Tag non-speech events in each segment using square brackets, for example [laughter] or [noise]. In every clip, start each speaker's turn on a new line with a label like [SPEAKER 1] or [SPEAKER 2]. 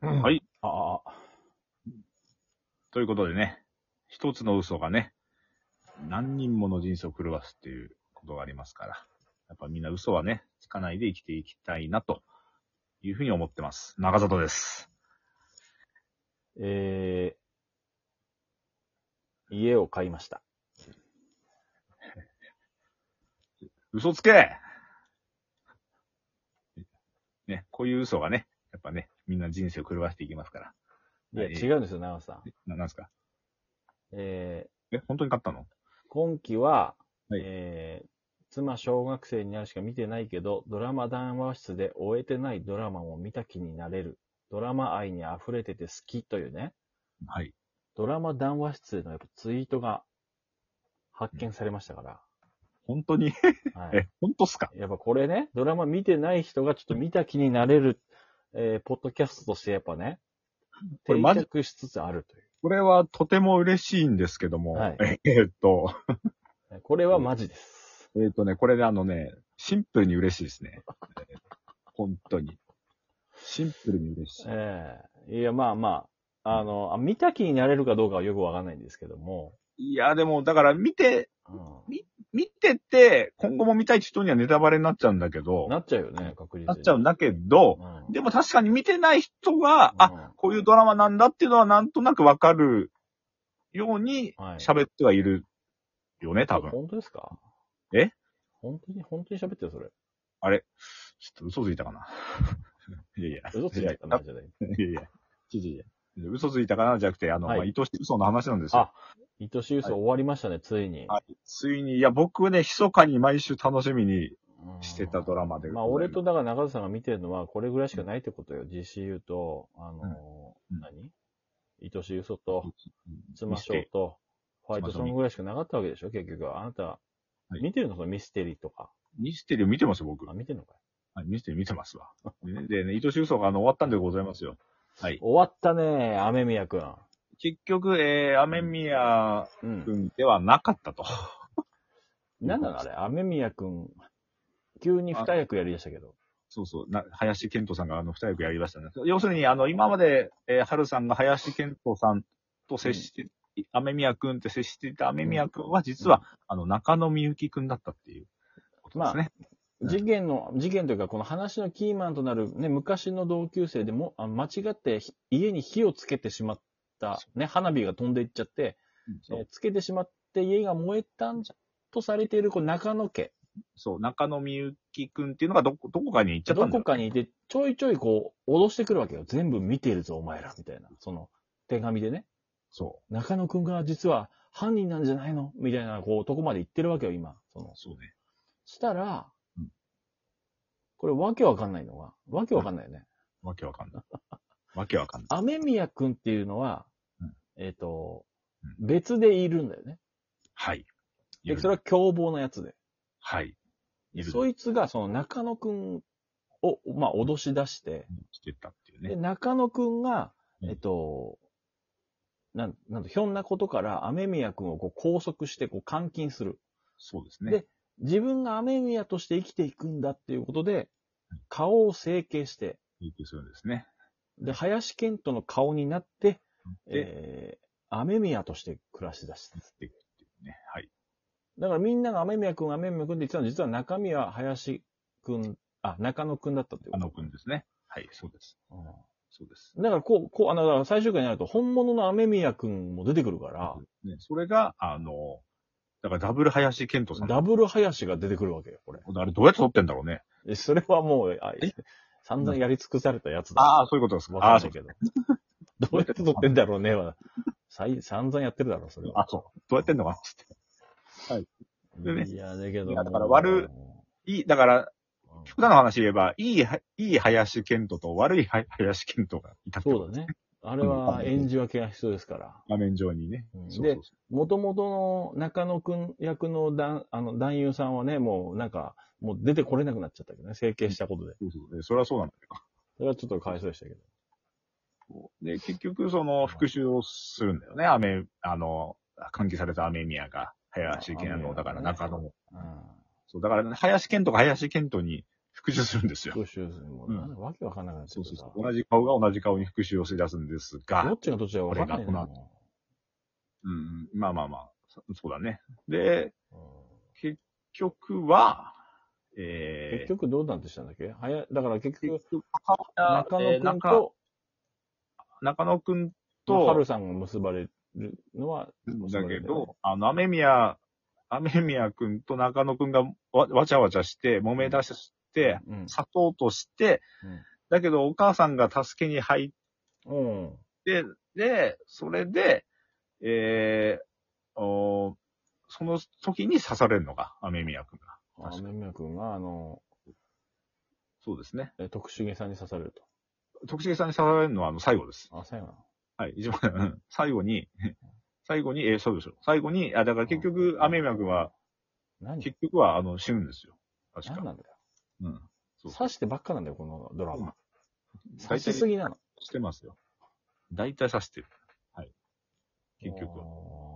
[SPEAKER 1] は。
[SPEAKER 2] はいい。
[SPEAKER 1] ああ。
[SPEAKER 2] ということでね、一つの嘘がね、何人もの人生を狂わすっていうことがありますから、やっぱみんな嘘はね、つかないで生きていきたいなというふうに思ってます。中里です。
[SPEAKER 1] えー、家を買いました。
[SPEAKER 2] [laughs] 嘘つけね、こういう嘘がね、やっぱね、みんな人生を狂わしていきますから。
[SPEAKER 1] いや、
[SPEAKER 2] はい
[SPEAKER 1] 違うんですよ、長尾さん。
[SPEAKER 2] な、なんすか
[SPEAKER 1] えー、
[SPEAKER 2] え、本当に買ったの
[SPEAKER 1] 今期は、
[SPEAKER 2] はい
[SPEAKER 1] えー、妻小学生になるしか見てないけど、ドラマ談話室で終えてないドラマも見た気になれる。ドラマ愛に溢れてて好きというね、
[SPEAKER 2] はい。
[SPEAKER 1] ドラマ談話室でのやっぱツイートが発見されましたから。
[SPEAKER 2] 本当に
[SPEAKER 1] はい。
[SPEAKER 2] え、本当っすか
[SPEAKER 1] やっぱこれね、ドラマ見てない人がちょっと見た気になれる、えー、ポッドキャストとしてやっぱね、
[SPEAKER 2] これ
[SPEAKER 1] 定
[SPEAKER 2] マジ
[SPEAKER 1] 着しつつあるとい
[SPEAKER 2] これはとても嬉しいんですけども、
[SPEAKER 1] はい
[SPEAKER 2] えーっと、
[SPEAKER 1] うね。これはマジです。
[SPEAKER 2] えっ、とね、これであのね、シンプルに嬉しいですね。えー本当に。シンプルに嬉しい。
[SPEAKER 1] ええいや、まあまあ、あの、あ見た気になれるかどうかはよくわかんないんですけども、
[SPEAKER 2] いや、でも、だから見て、
[SPEAKER 1] う
[SPEAKER 2] み見てて、今後も見たい人にはネタバレになっちゃうんだけど
[SPEAKER 1] ん、、なっちゃうよね、確実に。
[SPEAKER 2] なっちゃうんだけど、
[SPEAKER 1] うん。
[SPEAKER 2] でも確かに見てない人は、
[SPEAKER 1] うん
[SPEAKER 2] あ、こういうドラマなんだっていうのはなんとなくわかるように
[SPEAKER 1] はい
[SPEAKER 2] 喋ってはいるよね、多分。
[SPEAKER 1] 本当ですか
[SPEAKER 2] え
[SPEAKER 1] 本当に、本当に喋ってるそれ。
[SPEAKER 2] あれちょっと嘘ついたかな [laughs] いやいや。
[SPEAKER 1] 嘘ついたな、じゃない。
[SPEAKER 2] いやいや、いやいや嘘ついたかなじゃなくて、あの、
[SPEAKER 1] はい
[SPEAKER 2] まあ、愛しい嘘の話なんですよ。
[SPEAKER 1] あ、愛しい嘘終わりましたね、ついに。
[SPEAKER 2] はい。ついに、いや、僕ね、密かに毎週楽しみに
[SPEAKER 1] うん
[SPEAKER 2] してたドラマで。
[SPEAKER 1] まあ、俺と、だから中田さんが見てるのは、これぐらいしかないってことよ。GCU と、あのー
[SPEAKER 2] うん
[SPEAKER 1] 何愛しい嘘と、
[SPEAKER 2] つ
[SPEAKER 1] 妻賞と、ホワイトソングぐらいしかなかったわけでしょ結局は。あなた、
[SPEAKER 2] い
[SPEAKER 1] 見てるのそのミステリーとか。
[SPEAKER 2] ミステリー見てますよ、僕。
[SPEAKER 1] あ、
[SPEAKER 2] はい、
[SPEAKER 1] 見てるのかい
[SPEAKER 2] ミステリー見てますわ。 [laughs] でね、愛しい嘘があの終わったんでございますよ。はい。
[SPEAKER 1] 終わったね雨宮くん。
[SPEAKER 2] 結局、えー、雨宮
[SPEAKER 1] う
[SPEAKER 2] く
[SPEAKER 1] ん。
[SPEAKER 2] んではなかったと。
[SPEAKER 1] なんなのあれ雨宮くん、急に二役やりだしたけど。
[SPEAKER 2] そうそう。な、林健人さんがあの二役やりましたね。要するに、あの、今まで、えー、春さんが林健人さんと接して、雨宮くんって接していた雨宮くんは、実は、あの、中野みゆきくんだったっていうことですね。うん
[SPEAKER 1] 事件の、事件というか、この話のキーマンとなる、ね、昔の同級生でも、あ間違ってひ家に火をつけてしまった、ね、花火が飛んでいっちゃって、
[SPEAKER 2] うん
[SPEAKER 1] え
[SPEAKER 2] そう
[SPEAKER 1] ーつけてしまって家が燃えたんじゃとされているこう中野家、
[SPEAKER 2] そう、中野みゆきくんっていうのがどこ、どこかに行っちゃった
[SPEAKER 1] ど
[SPEAKER 2] んだ
[SPEAKER 1] こ
[SPEAKER 2] よ
[SPEAKER 1] かにいて、ちょいちょいこう、脅してくるわけよ。全部見てるぞ、お前ら、みたいな。その、手紙でね、
[SPEAKER 2] そ
[SPEAKER 1] 中野くんが実は犯人なんじゃないのみたいな、こう、とこまで行ってるわけよ、今。そうの、。
[SPEAKER 2] そうね。
[SPEAKER 1] したら
[SPEAKER 2] うん、
[SPEAKER 1] これわけわかんないのが、わけわかんないよね。
[SPEAKER 2] わけわかんない。わけわかんない。
[SPEAKER 1] 雨宮くんっていうのは
[SPEAKER 2] うん、
[SPEAKER 1] えっと
[SPEAKER 2] うん、
[SPEAKER 1] 別でいるんだよね。
[SPEAKER 2] はい。い
[SPEAKER 1] で、
[SPEAKER 2] る
[SPEAKER 1] それは凶暴なやつで。
[SPEAKER 2] はい。いる。
[SPEAKER 1] そ
[SPEAKER 2] いう
[SPEAKER 1] いつがその中野くんを、まあ、脅し出して、
[SPEAKER 2] 来てたっていう
[SPEAKER 1] で、
[SPEAKER 2] ね。
[SPEAKER 1] 中野くんが、
[SPEAKER 2] うん
[SPEAKER 1] えっと、なん、なんと、ひょんなことから雨宮くんをこう拘束して、こう監禁する。
[SPEAKER 2] そうですね。
[SPEAKER 1] で自分が雨宮として生きていくんだっていうことで、顔を整形して、
[SPEAKER 2] 提供するんですね。
[SPEAKER 1] で、林健人の顔になって、
[SPEAKER 2] で、
[SPEAKER 1] えー、雨宮として暮らし出した。
[SPEAKER 2] っていうね。はい。
[SPEAKER 1] だからみんなが雨宮くん、雨宮くんって言ってたの、実は中身は林くん、あ、中野くんだったっていう
[SPEAKER 2] あ
[SPEAKER 1] こ
[SPEAKER 2] の
[SPEAKER 1] と。
[SPEAKER 2] くんですね。はい、そうです。
[SPEAKER 1] うん
[SPEAKER 2] そうです。
[SPEAKER 1] だから、こう、こう、あの、だから最終回になると、本物の雨宮くんも出てくるから、
[SPEAKER 2] ね、それが、あの、だからダブル林健人さん。
[SPEAKER 1] ダブル林が出てくるわけよ、これ。
[SPEAKER 2] あれどうやって撮ってんだろうね。
[SPEAKER 1] でそれはもう、あ
[SPEAKER 2] え
[SPEAKER 1] 散々やり尽くされたやつだ。
[SPEAKER 2] ああ、そういうことですか。
[SPEAKER 1] わ
[SPEAKER 2] ああ、
[SPEAKER 1] かん
[SPEAKER 2] そう
[SPEAKER 1] ない
[SPEAKER 2] で
[SPEAKER 1] けど。どうやって撮ってんだろうねは、さい散々やってるだろう、それ
[SPEAKER 2] す
[SPEAKER 1] は。
[SPEAKER 2] あそう。どうやってんのかなつって。でね
[SPEAKER 1] いや、だけど。
[SPEAKER 2] いやだから悪いい、だから、
[SPEAKER 1] うん
[SPEAKER 2] 極端な話言えば、いいは、いい林健人と悪いは林健人がいたってこと
[SPEAKER 1] そうだね。あれは演じ分けが必要ですから。
[SPEAKER 2] 画面上にね。
[SPEAKER 1] うん
[SPEAKER 2] そうそうそう
[SPEAKER 1] もともとの中野くん役の男あの男優さんはね、もうなんか、もう出てこれなくなっちゃったけどね、整形したことで。
[SPEAKER 2] そうそうでそれはそうなんだけ
[SPEAKER 1] それはちょっとかわいそうでしたけど。
[SPEAKER 2] ど。で、結局、その、復讐をするんだよね。雨、あの、監禁された雨宮が、林健
[SPEAKER 1] 雨宮が
[SPEAKER 2] 人、
[SPEAKER 1] ね
[SPEAKER 2] だから中野も。
[SPEAKER 1] うん
[SPEAKER 2] そう、だから、ね、林健人が林健人に復復讐するんですよ。
[SPEAKER 1] 復讐する。もう、
[SPEAKER 2] うん
[SPEAKER 1] なんかわけわかんなくなっちゃ
[SPEAKER 2] そう
[SPEAKER 1] っ
[SPEAKER 2] そうそ
[SPEAKER 1] た。
[SPEAKER 2] う。同じ顔が同じ顔に復讐をすり出すんです
[SPEAKER 1] ど
[SPEAKER 2] が
[SPEAKER 1] っ、ちがどっちだかわかんないんだもん
[SPEAKER 2] うんうん、まあまあまあ、そそうだね。で、
[SPEAKER 1] うん
[SPEAKER 2] 結局は、
[SPEAKER 1] 結
[SPEAKER 2] えー、
[SPEAKER 1] 局どうなんてしたんだっけ早いだから結局、
[SPEAKER 2] 結局、
[SPEAKER 1] 中野
[SPEAKER 2] えー
[SPEAKER 1] くん
[SPEAKER 2] 中
[SPEAKER 1] と、
[SPEAKER 2] 中野くん
[SPEAKER 1] まあ
[SPEAKER 2] と
[SPEAKER 1] 春、さんが結ばれるのは、
[SPEAKER 2] だけど、あの、雨宮、雨宮くんと中野くんがわわちゃわちゃして、揉め出して、
[SPEAKER 1] うん、
[SPEAKER 2] 砂糖として、
[SPEAKER 1] うん
[SPEAKER 2] だけどお母さんが助けに入っ
[SPEAKER 1] うん。
[SPEAKER 2] で、で、それで、えー、おーその時に刺されるのが、雨宮くんが。
[SPEAKER 1] あ
[SPEAKER 2] 確かに
[SPEAKER 1] めみやくんが、あの、
[SPEAKER 2] そうですね。
[SPEAKER 1] え徳重さんに刺される
[SPEAKER 2] 徳重さんに刺されるのは、あの、最後です。
[SPEAKER 1] と。あ、最後なの
[SPEAKER 2] はい、一番、うん最後に、 [laughs] 最後に、えーそうですよ。最後に、あ、だから結
[SPEAKER 1] う
[SPEAKER 2] 局、
[SPEAKER 1] ん
[SPEAKER 2] 雨宮くんは、
[SPEAKER 1] 何
[SPEAKER 2] 結局は、あの、死ぬんですよ。確
[SPEAKER 1] 何な
[SPEAKER 2] か。
[SPEAKER 1] んだよ。
[SPEAKER 2] うん。そうそう
[SPEAKER 1] 刺してばっかなんだよ、このドラマ。刺
[SPEAKER 2] 大
[SPEAKER 1] し
[SPEAKER 2] 体、
[SPEAKER 1] す
[SPEAKER 2] し
[SPEAKER 1] ぎなの。
[SPEAKER 2] てますよ。大体刺してる。はい。結局は。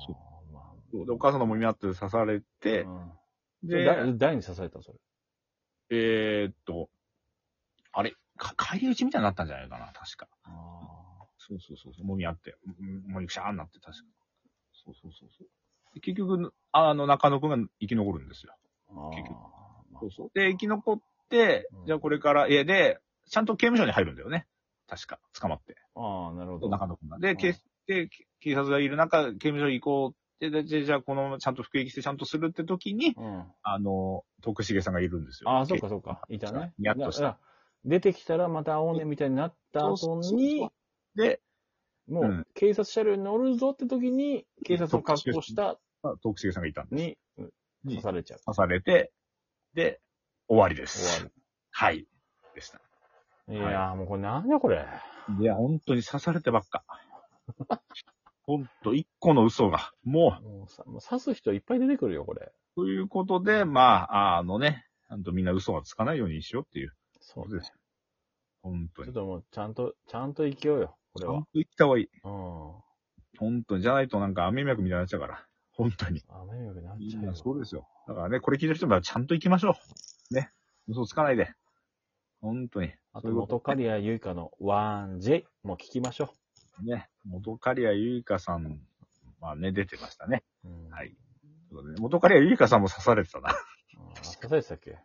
[SPEAKER 1] そ。
[SPEAKER 2] そう
[SPEAKER 1] ま
[SPEAKER 2] で、お母さんのもみ合って刺され
[SPEAKER 1] あ、
[SPEAKER 2] て、
[SPEAKER 1] うんそれ
[SPEAKER 2] で、
[SPEAKER 1] 誰誰に刺されたのそれ。
[SPEAKER 2] えーっと、あれ、か、返り討ちみたいになったんじゃないかな、確か。
[SPEAKER 1] あ
[SPEAKER 2] そうそうそうそう、揉み合って、うんもみくしゃーになって、確か。そうそうそうそう。で結局、あの、中野くんが生き残るんですよ。
[SPEAKER 1] ーあー。
[SPEAKER 2] 結局
[SPEAKER 1] まあ
[SPEAKER 2] そうそう。で、生き残って
[SPEAKER 1] うん、
[SPEAKER 2] じゃあこれから、家で、ちゃんと刑務所に入るんだよね。確か、捕まって。
[SPEAKER 1] ああ、なるほど。
[SPEAKER 2] 中野くんが。で、
[SPEAKER 1] うん
[SPEAKER 2] 警でけ警察がいる中、刑務所に行こうって、ででじゃあこのままちゃんと服役してちゃんとするって時に、
[SPEAKER 1] うん。
[SPEAKER 2] あの、徳重さんがいるんですよ。
[SPEAKER 1] ああ、そっかそっか。いたね。
[SPEAKER 2] やっとした
[SPEAKER 1] だから出てきたらまた会おうねみたいになった後に、
[SPEAKER 2] で、
[SPEAKER 1] も
[SPEAKER 2] う
[SPEAKER 1] うん警察車両に乗るぞって時に、警察の格好した
[SPEAKER 2] まあ徳重さんがいたんです。
[SPEAKER 1] に刺されちゃう。
[SPEAKER 2] 刺されて、で、終わりです。
[SPEAKER 1] 終わ
[SPEAKER 2] はい。でした。
[SPEAKER 1] る。いやーもうこれなんだこれ。
[SPEAKER 2] いや、本当に刺されてば [laughs] っか。本当一個の嘘が。も
[SPEAKER 1] もうさもう刺す人いっぱい出てくるよ、これ。
[SPEAKER 2] う、ということで、まあ、あのね、ちゃんとみんな嘘がつかないようにしようっていう
[SPEAKER 1] そ
[SPEAKER 2] ことです。本当
[SPEAKER 1] ちょっ
[SPEAKER 2] に。
[SPEAKER 1] ともう、ちゃんと、ちゃんと生きようよ、こ
[SPEAKER 2] ち
[SPEAKER 1] れ
[SPEAKER 2] ゃん
[SPEAKER 1] は
[SPEAKER 2] と。言った方がいい。
[SPEAKER 1] う
[SPEAKER 2] 本当に。じゃないとなんか雨脈みたいになっちゃうから。本当に。
[SPEAKER 1] ん。雨よくなっ
[SPEAKER 2] み
[SPEAKER 1] ちゃ
[SPEAKER 2] ん
[SPEAKER 1] うよ。
[SPEAKER 2] なそうですよ。だからね、これ聞いてる人もちゃんと行きましょう。ね。嘘つかないで。本当に。そ
[SPEAKER 1] あ
[SPEAKER 2] う
[SPEAKER 1] と、
[SPEAKER 2] いうこと
[SPEAKER 1] 元カリアユイカの 1J も聞きましょ
[SPEAKER 2] ね、元カリアユイカさん、まあね、出てましたね。
[SPEAKER 1] う。うん
[SPEAKER 2] はい。ということで元カリアユイカさんも刺されてたな。
[SPEAKER 1] [laughs] あ刺されてたっ
[SPEAKER 2] [laughs]
[SPEAKER 1] け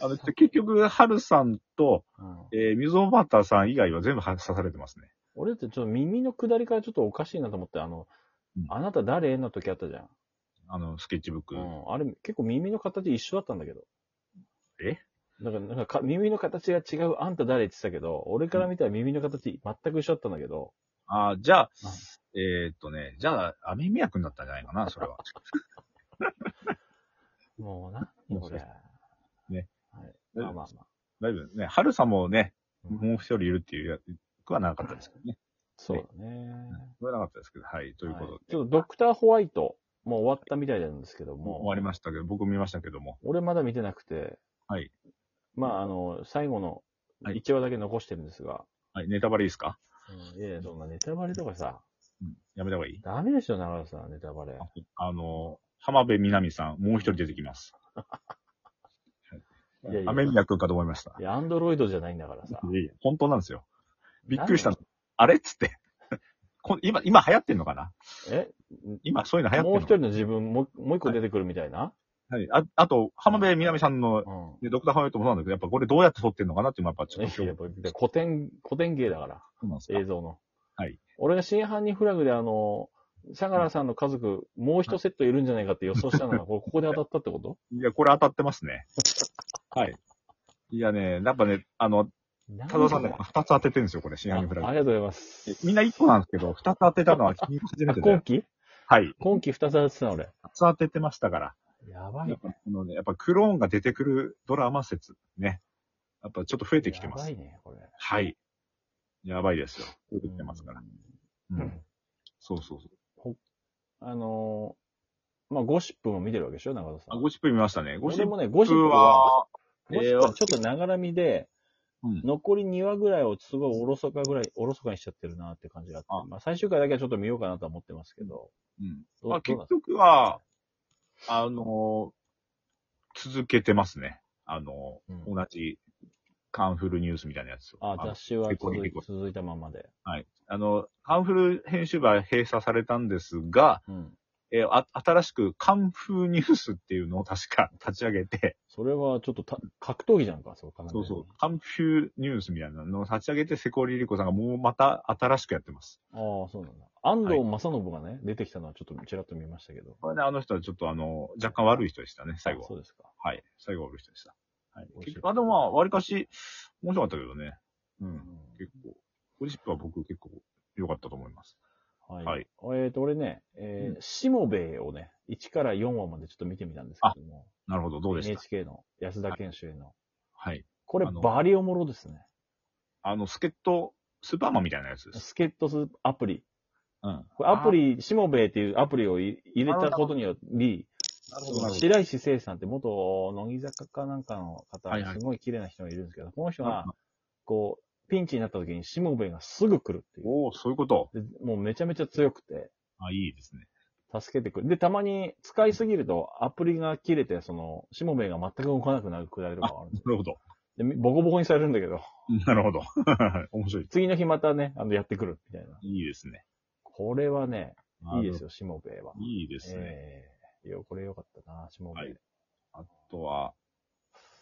[SPEAKER 2] あの結局、ハルさんと、
[SPEAKER 1] うん
[SPEAKER 2] えー、溝端さん以外は全部は刺されてますね。
[SPEAKER 1] 俺だってちょっと耳の下りからちょっとおかしいなと思って、あの
[SPEAKER 2] うん、
[SPEAKER 1] あなた誰の時あったじゃん。
[SPEAKER 2] あの、スケッチブック。
[SPEAKER 1] うん。あれ、結構耳の形一緒だったんだけど。
[SPEAKER 2] え
[SPEAKER 1] なんか、なんかか耳の形が違う、あんた誰って言ってたけど、俺から見たら耳の形全く一緒だったんだけど、
[SPEAKER 2] ああ、じゃあ、えーっとね、じゃあ、アメミヤ君だったんじゃないかな、それは。
[SPEAKER 1] もうな、何これ。
[SPEAKER 2] ね。
[SPEAKER 1] はい。まあまあまあ。
[SPEAKER 2] だいぶね、ハルさんもね、
[SPEAKER 1] うん
[SPEAKER 2] もう一人いるっていう役はなかったですけどね。
[SPEAKER 1] そうだね。
[SPEAKER 2] それはなかったですけど、はい、ということで。
[SPEAKER 1] はいちょっとドクターホワイト、もう終わったみたいなんですけど
[SPEAKER 2] もう
[SPEAKER 1] も、
[SPEAKER 2] 終わりましたけど、僕見ましたけども。
[SPEAKER 1] 俺まだ見てなくて、
[SPEAKER 2] はい。
[SPEAKER 1] まあ、あの、最後の
[SPEAKER 2] はい
[SPEAKER 1] 1話だけ残してるんですが、
[SPEAKER 2] はい、ネタバレいいですか、
[SPEAKER 1] うん、いやいや、そんなネタバレとかさ、
[SPEAKER 2] うん、やめた方がいい
[SPEAKER 1] ダメでしょ、長田さん、ネタバレ。
[SPEAKER 2] あの、浜辺美波さん、もう一人出てきます。
[SPEAKER 1] いやいや
[SPEAKER 2] 雨宮くんかと思いました。
[SPEAKER 1] いや、アンドロイドじゃないんだからさ。
[SPEAKER 2] いやいや本当なんですよ。びっくりした
[SPEAKER 1] なん
[SPEAKER 2] の。あれっつって。こ今、今流行ってんのかな
[SPEAKER 1] え
[SPEAKER 2] 今、そういうの流行ってん
[SPEAKER 1] も
[SPEAKER 2] の
[SPEAKER 1] う一人の自分、もうもう一個出てくるみたいな、
[SPEAKER 2] はい。ああと、浜辺美波さんの、
[SPEAKER 1] うん。
[SPEAKER 2] でドクターハワイトもそうなんだけど、やっぱこれどうやって撮ってんのかなっていうのもやっぱちょっと
[SPEAKER 1] いや
[SPEAKER 2] 興
[SPEAKER 1] やっぱ古典、古典芸だから、
[SPEAKER 2] 味なんですよ
[SPEAKER 1] 映像の。
[SPEAKER 2] はい。
[SPEAKER 1] 俺が真犯人フラグであの、相良さんの家族、もう一セットいるんじゃないかって予
[SPEAKER 2] [laughs]
[SPEAKER 1] 想したのが、これここで当たったってこと
[SPEAKER 2] いや、これ当たってますね。はい。いやね、やっぱね、あの、多田さんね、
[SPEAKER 1] あ
[SPEAKER 2] 二つ当ててるんですよ、これ、新
[SPEAKER 1] あ
[SPEAKER 2] ア
[SPEAKER 1] り
[SPEAKER 2] ニフラ
[SPEAKER 1] が
[SPEAKER 2] グ。
[SPEAKER 1] とうございます。
[SPEAKER 2] みんな一個なんですけど、二つ当てたのは君初め
[SPEAKER 1] あ
[SPEAKER 2] てだ
[SPEAKER 1] 今
[SPEAKER 2] よ。
[SPEAKER 1] 期
[SPEAKER 2] はい。
[SPEAKER 1] 今期二つ当てたの俺。
[SPEAKER 2] 二つ当ててましたから。
[SPEAKER 1] やばい。
[SPEAKER 2] やっぱこのね、やっぱクローンが出てくるドラマ説ね。やっぱちょっと増えてきてま
[SPEAKER 1] やば
[SPEAKER 2] す。
[SPEAKER 1] いね、これ。
[SPEAKER 2] はい。やばいですよ。増えてきてますから。うん。
[SPEAKER 1] うん
[SPEAKER 2] そうそうそう。
[SPEAKER 1] あのー、まあ、ゴシップも見てるわけでしょ、長田さ
[SPEAKER 2] あ、
[SPEAKER 1] ん。
[SPEAKER 2] ゴシップ見ましたね。ゴシ
[SPEAKER 1] 俺
[SPEAKER 2] ッ
[SPEAKER 1] もね、ゴシッ
[SPEAKER 2] プ
[SPEAKER 1] プは、
[SPEAKER 2] は、
[SPEAKER 1] ゴシップ
[SPEAKER 2] え
[SPEAKER 1] は
[SPEAKER 2] ー
[SPEAKER 1] ちょっとながらみで、
[SPEAKER 2] うん
[SPEAKER 1] 残り2話ぐらいをすごいおろそかぐらい、おろそかにしちゃってるなって感じがあって、
[SPEAKER 2] あ
[SPEAKER 1] まあ最終回だけはちょっと見ようかなとは思ってますけど、
[SPEAKER 2] う
[SPEAKER 1] ど
[SPEAKER 2] ん。
[SPEAKER 1] う
[SPEAKER 2] まあ
[SPEAKER 1] どう
[SPEAKER 2] 結
[SPEAKER 1] なんです
[SPEAKER 2] 局は、あのー続けてますね。あの、
[SPEAKER 1] うん
[SPEAKER 2] 同じカンフルニュースみたいなやつを。
[SPEAKER 1] あ、
[SPEAKER 2] の
[SPEAKER 1] 雑誌は
[SPEAKER 2] 結構
[SPEAKER 1] 続い
[SPEAKER 2] 結構
[SPEAKER 1] 続いたままで。
[SPEAKER 2] あの、カンフル編集部は閉鎖されたんですが、
[SPEAKER 1] うん。
[SPEAKER 2] えーあ新しくカンフーニュースっていうのを確か立ち上げて、
[SPEAKER 1] それはちょっとた格闘技じゃんか、そう考えた
[SPEAKER 2] そ
[SPEAKER 1] ら
[SPEAKER 2] うそう、カンフーニュースみたいなのを立ち上げて、セコリリコさんがもうまた新しくやってます。
[SPEAKER 1] ああ、そうなんだ。安藤正信がね、出てきたのはちょっとちらっと見ましたけど。
[SPEAKER 2] これね、あの人はちょっとあの、若干悪い人でしたね、最後
[SPEAKER 1] あ
[SPEAKER 2] は
[SPEAKER 1] そ。うですか。
[SPEAKER 2] はい。最後悪い人でした。はい
[SPEAKER 1] 美味しい。
[SPEAKER 2] 結局あ、でもまあ、わりかし、面白かったけどね。う。
[SPEAKER 1] うん
[SPEAKER 2] 結構、ポジシップは僕結構良かったと思います。
[SPEAKER 1] はい。
[SPEAKER 2] はい
[SPEAKER 1] えっ、と、俺ね、えー
[SPEAKER 2] う
[SPEAKER 1] しもべえをね、1から4話までちょっと見てみたんですけども、
[SPEAKER 2] なるほど、どうでした
[SPEAKER 1] NHK の安田健主演の。
[SPEAKER 2] はい。
[SPEAKER 1] これ
[SPEAKER 2] あの
[SPEAKER 1] バリおもろですね。
[SPEAKER 2] あの、助っ人、スーパーマンみたいなやつです。
[SPEAKER 1] スケットスアプリ。
[SPEAKER 2] うん。
[SPEAKER 1] これアプリ、しもべえっていうアプリをい入れたことにより、
[SPEAKER 2] なる
[SPEAKER 1] 白石聖さんって元乃木坂かなんかの方、
[SPEAKER 2] はいはい
[SPEAKER 1] すごい綺麗な人がいるんですけど、この人が、こう、ピンチになった時にしもべえがすぐ来るっていう。
[SPEAKER 2] おおそういうこと。
[SPEAKER 1] でもうめちゃめちゃ強くて、
[SPEAKER 2] あ、いいですね。
[SPEAKER 1] 助けてくる。で、たまに使いすぎるとアプリが切れて、その、しもべえが全く動かなくなるくらいとかもあるんです
[SPEAKER 2] なるほど。 [laughs]
[SPEAKER 1] よで、ボコボコにされるんだけど、
[SPEAKER 2] なるほど。 [laughs] 面白い。
[SPEAKER 1] 次の日またね、あの、やってくるみたいな。
[SPEAKER 2] いいですね。
[SPEAKER 1] これはね、いいです
[SPEAKER 2] よ。
[SPEAKER 1] よ、しもべえは。
[SPEAKER 2] いいですね。
[SPEAKER 1] ええいや、これよかったな、しもべえ。
[SPEAKER 2] はいあとは、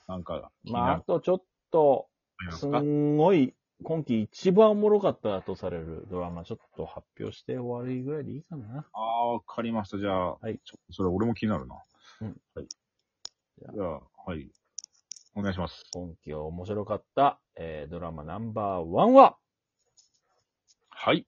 [SPEAKER 2] なんか、
[SPEAKER 1] まあ、あとちょっと、
[SPEAKER 2] 気になる
[SPEAKER 1] す
[SPEAKER 2] のありますか
[SPEAKER 1] んごい、今季一番おもろかったとされるドラマ、ちょっと発表して終わりぐらいでいいかな。
[SPEAKER 2] ああ、わかりました。じゃあ、
[SPEAKER 1] はい
[SPEAKER 2] ちょっとそれ俺も気になるな。
[SPEAKER 1] うん。
[SPEAKER 2] はい。
[SPEAKER 1] じゃあ
[SPEAKER 2] じゃあ、はい。お願いします。
[SPEAKER 1] 今季面白かった、えードラマナンバーワンは、
[SPEAKER 2] はい。